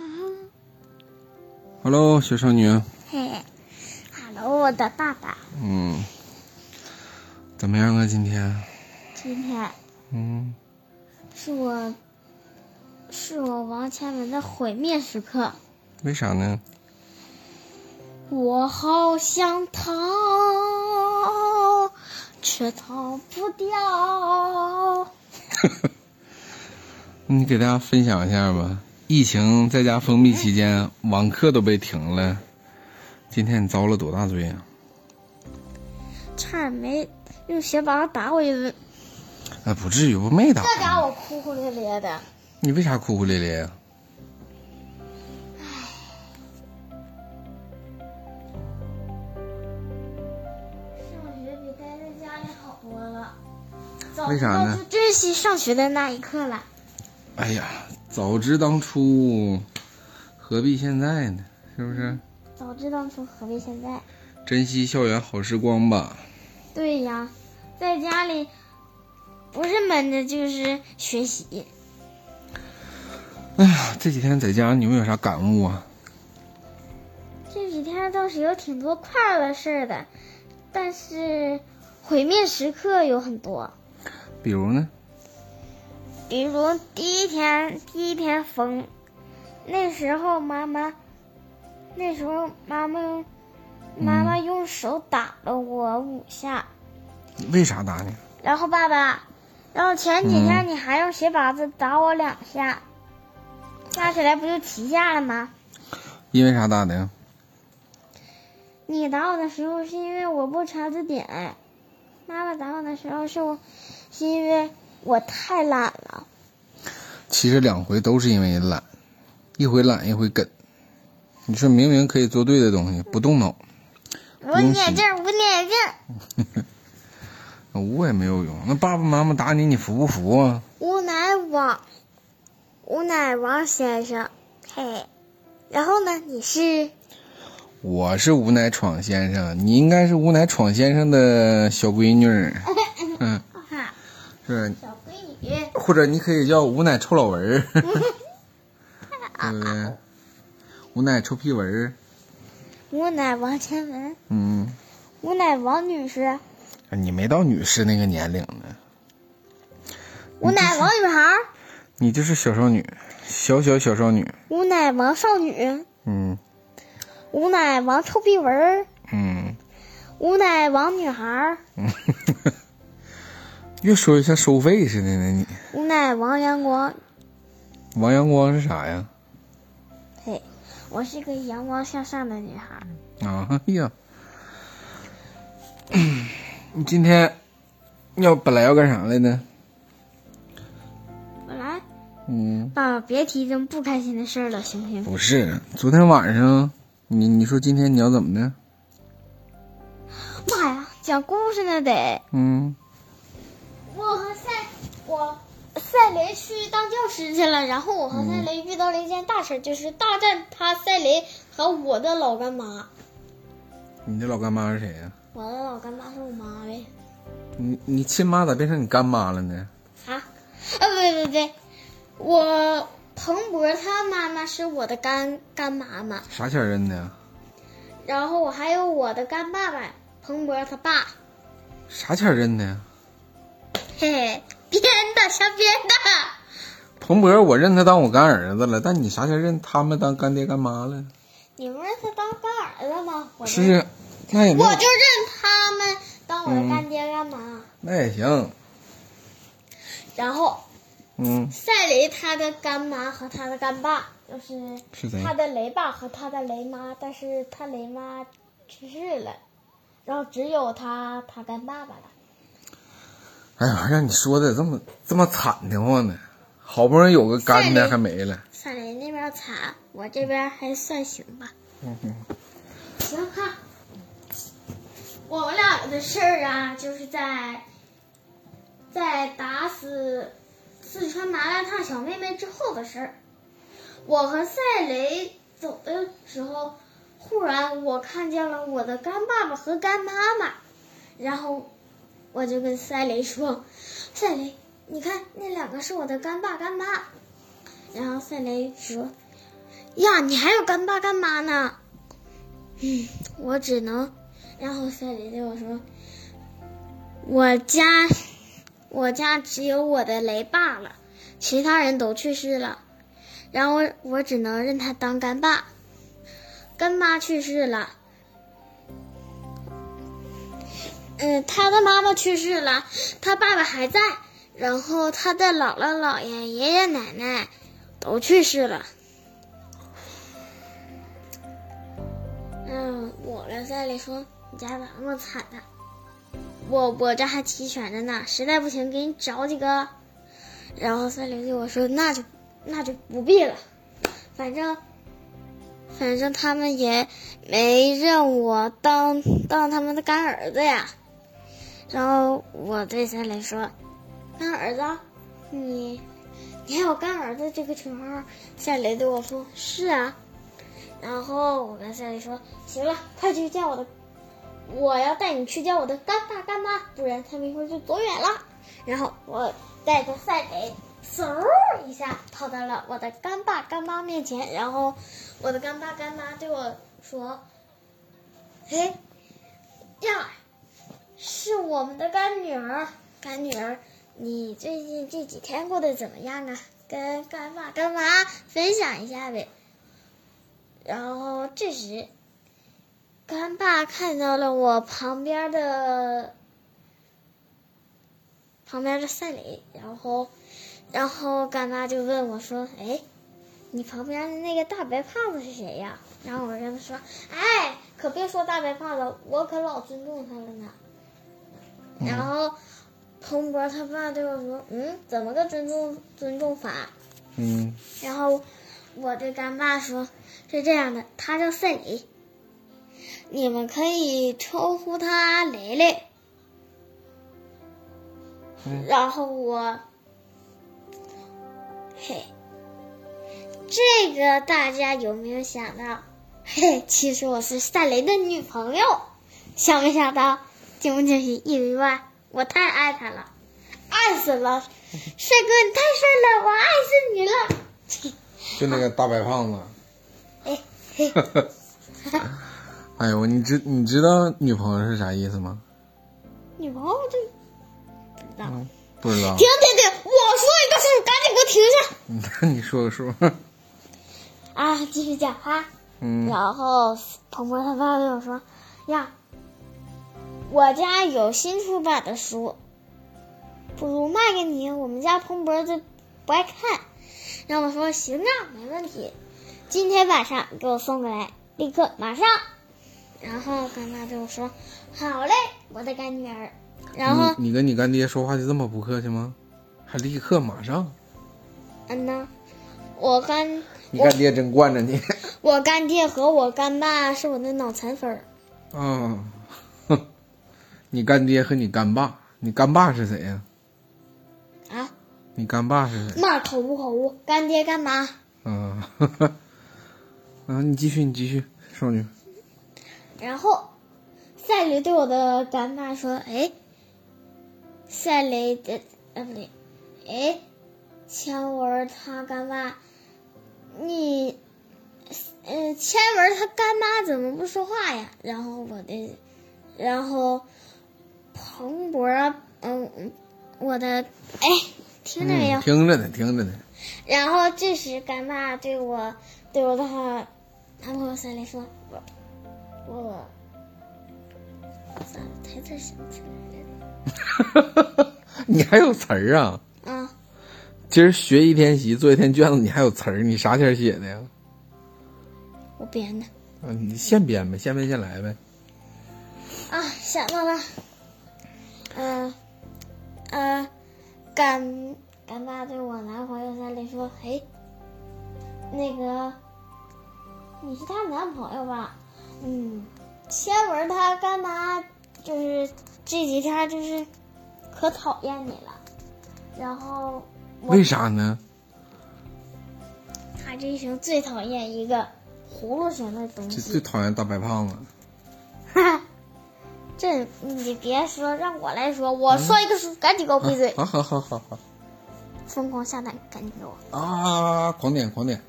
啊 Hello，小少女。嘿，Hello，我的爸爸，嗯，怎么样啊？今天？今天嗯，是我，是我王千文的毁灭时刻。为啥呢？ 我好想逃，却逃不掉。你给大家分享一下吧。疫情在家封闭期间，网课都被停了。今天你遭了多大罪啊？差点没用鞋把他打我一顿，哎，不至于，不没打。这家伙哭哭咧咧的。你为啥哭哭咧咧啊呀、上学比待在家里好多了，早为知啥道呢就珍惜上学的那一刻了。哎呀，早知当初，何必现在呢？是不是？早知当初，何必现在？珍惜校园好时光吧。对呀，在家里不是闷着就是学习。哎呀，这几天在家你们有啥感悟啊？这几天倒是有挺多快乐事儿的，但是毁灭时刻有很多。比如呢？比如第一天，第一天封，那时候妈妈，那时候妈妈用妈妈用手打了我五下，为啥打你？然后爸爸，然后前几天嗯你还用鞋拔子打我两下，加起来不就七下了吗？因为啥打的呀？你打我的时候是因为我不查字典，妈妈打我的时候是我，是因为我太懒了。其实两回都是因为懒，一回懒一回跟。你说明明可以做对的东西，不动脑，我用眼心镜，我眼镜，我也没有用。那爸爸妈妈打你，你服不服啊？吾乃王，吾乃王先生，嘿，然后呢，你是我是无奶闯先生，你应该是无奶闯先生的小闺女儿，嗯，哦哈是，小闺女，或者你可以叫无奶臭老文儿， 对不对？无奶臭屁文儿，吾乃王千文，嗯，吾乃王女士，你没到女士那个年龄呢，吾乃王女孩儿，你就是小少女，小小小少女，吾乃王少女，嗯吾乃王臭屁文儿，嗯。 吾乃王女孩儿，嗯，越说越像收费似的呢。你吾乃王阳光，王阳光是啥呀？嘿，我是个阳光向上的女孩儿。啊哎呀，你今天要本来要干啥来呢？本来嗯，爸爸别提这么不开心的事儿了，行不行？不是，昨天晚上你你说今天你要怎么的？妈呀，讲故事呢得。嗯，我和赛我赛雷去当教师去了，然后我和赛雷遇到了一件大事，就是大战他赛雷和我的老干妈。你的老干妈是谁呀、我的老干妈是我妈呗？你你亲妈咋变成你干妈了呢？啊？啊，不不不，我彭博他妈妈是我的干干妈妈，啥前任呢？然后我还有我的干爸爸彭博他爸，啥前任呢？嘿嘿，编的瞎编的。彭博，我认他当我干儿子了，但你啥前认他们当干爹干妈了？，你不认他当干儿子吗？我就是那也没我有就认他们当我的嗯干爹干妈。那也行，然后嗯。赛雷他的干妈和他的干爸，就是是谁他的雷爸和他的雷妈，但是他雷妈去世了，然后只有他他干爸爸了。哎呀，让你说的这么这么惨的慌呢，好不容易有个干的还没了。赛雷那边惨，我这边还算行吧。嗯行哈，我们俩的事儿啊，就是在在打死四川麻辣烫小妹妹之后的事儿。我和赛雷走的时候，忽然我看见了我的干爸爸和干妈妈，然后我就跟赛雷说：“赛雷，你看那两个是我的干爸干妈。”然后赛雷说：“呀，你还有干爸干妈呢。嗯，我只能。然后小姐姐我说，我家我家只有我的雷爸了，其他人都去世了。然后我我只能认他当干爸。干妈去世了，嗯，他的妈妈去世了，他爸爸还在，然后他的姥姥、姥爷、爷爷奶奶都去世了。嗯，我了，赛里说你家咋那么惨呢、我我这还齐全着呢，实在不行给你找几个。然后赛里对我说那就那就不必了，反正反正他们也没认我当当他们的干儿子呀。然后我对三雷说：“干儿子，你你还有干儿子这个称号？”三雷对我说：“是啊。”然后我跟三雷说：“行了，快去见我的，我要带你去见我的干爸干妈，不然他们一会儿就走远了。”然后我带着赛雷。嗖一下跑到了我的干爸干妈面前，然后我的干爸干妈对我说：“嘿，呀，是我们的干女儿，干女儿，你最近这几天过得怎么样啊？跟干爸干妈分享一下呗。”然后这时，干爸看到了我旁边的旁边的赛雷，然后。然后干妈就问我说：“哎，你旁边的那个大白胖子是谁呀？”然后我跟他说：“哎，可别说大白胖子，我可老尊重他了呢。”然后彭博他爸对我说：“嗯，怎么个尊重尊重法嗯？”然后我对干爸说：“是这样的，他叫赛雷，你们可以称呼他雷雷。”嗯然后我。嘿，这个大家有没有想到？嘿，其实我是赛雷的女朋友，想没想到？惊不惊喜？意不意外？我太爱他了，爱死了！帅哥，你太帅了，我爱死你了！就那个大白胖子。嘿嘿， 哎呦，你知你知道女朋友是啥意思吗？ 女朋友就不知道。停不知道。 停停！我说一个数，赶紧给我停下！那你说 个数。啊，继续讲啊。嗯然后鹏鹏他爸对我说：“呀，我家有新出版的书，不如卖给你。我们家鹏博就不爱看。”然后我说：“行啊，没问题，今天晚上给我送过来，立刻马上。”然后干妈对我说：“好嘞，我的干女儿。”然后你你跟你干爹说话就这么不客气吗？还立刻马上？嗯呐，我干你我干爹真惯着你。我干爹和我干爸是我的脑残粉儿。啊，哼，你干爹和你干爸，你干爸是谁呀、啊，你干爸是谁？那口不口误？干爹干妈。啊，呵呵 啊，你继续，你继续，少女。然后，赛雷对我的干爸说：“哎，赛雷的呃不对，哎，千文他干爸，你，呃，千文他干妈怎么不说话呀？”然后我的，然后，彭博，嗯，嗯我的，哎，听着没有？嗯，听着呢，听着呢。 然后这时干爸对我对我的好男朋友三雷说：“我我咋台词想不起来你还有词儿啊？了？啊，今儿学一天习，做一天卷子，你还有词儿？你啥前写的呀？我编的啊，你现编呗，现编现来呗。啊，想到了，嗯、呃、嗯、干干爸对我男朋友三雷说：哎，那个你是她男朋友吧？嗯，千文他干妈就是这几天就是可讨厌你了，然后我为啥呢？他这一生最讨厌一个葫芦形的东就最西。讨厌大白胖子。哈哈， 这你别说，让我来说，我说一个数，赶紧给我闭嘴！好啊好好好好疯狂下单，赶紧给我。啊！狂点狂点。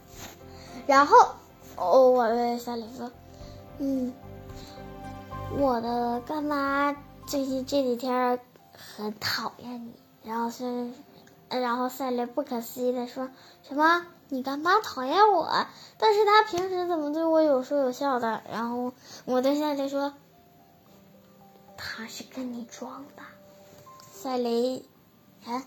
然后哦，我的小李子，嗯，我的干妈最近这几天儿很讨厌你，然后是，然后赛雷不可思议的说什么你干妈讨厌我，但是她平时怎么对我有说有笑的？然后我对赛雷说，她是跟你装的。赛雷，哎，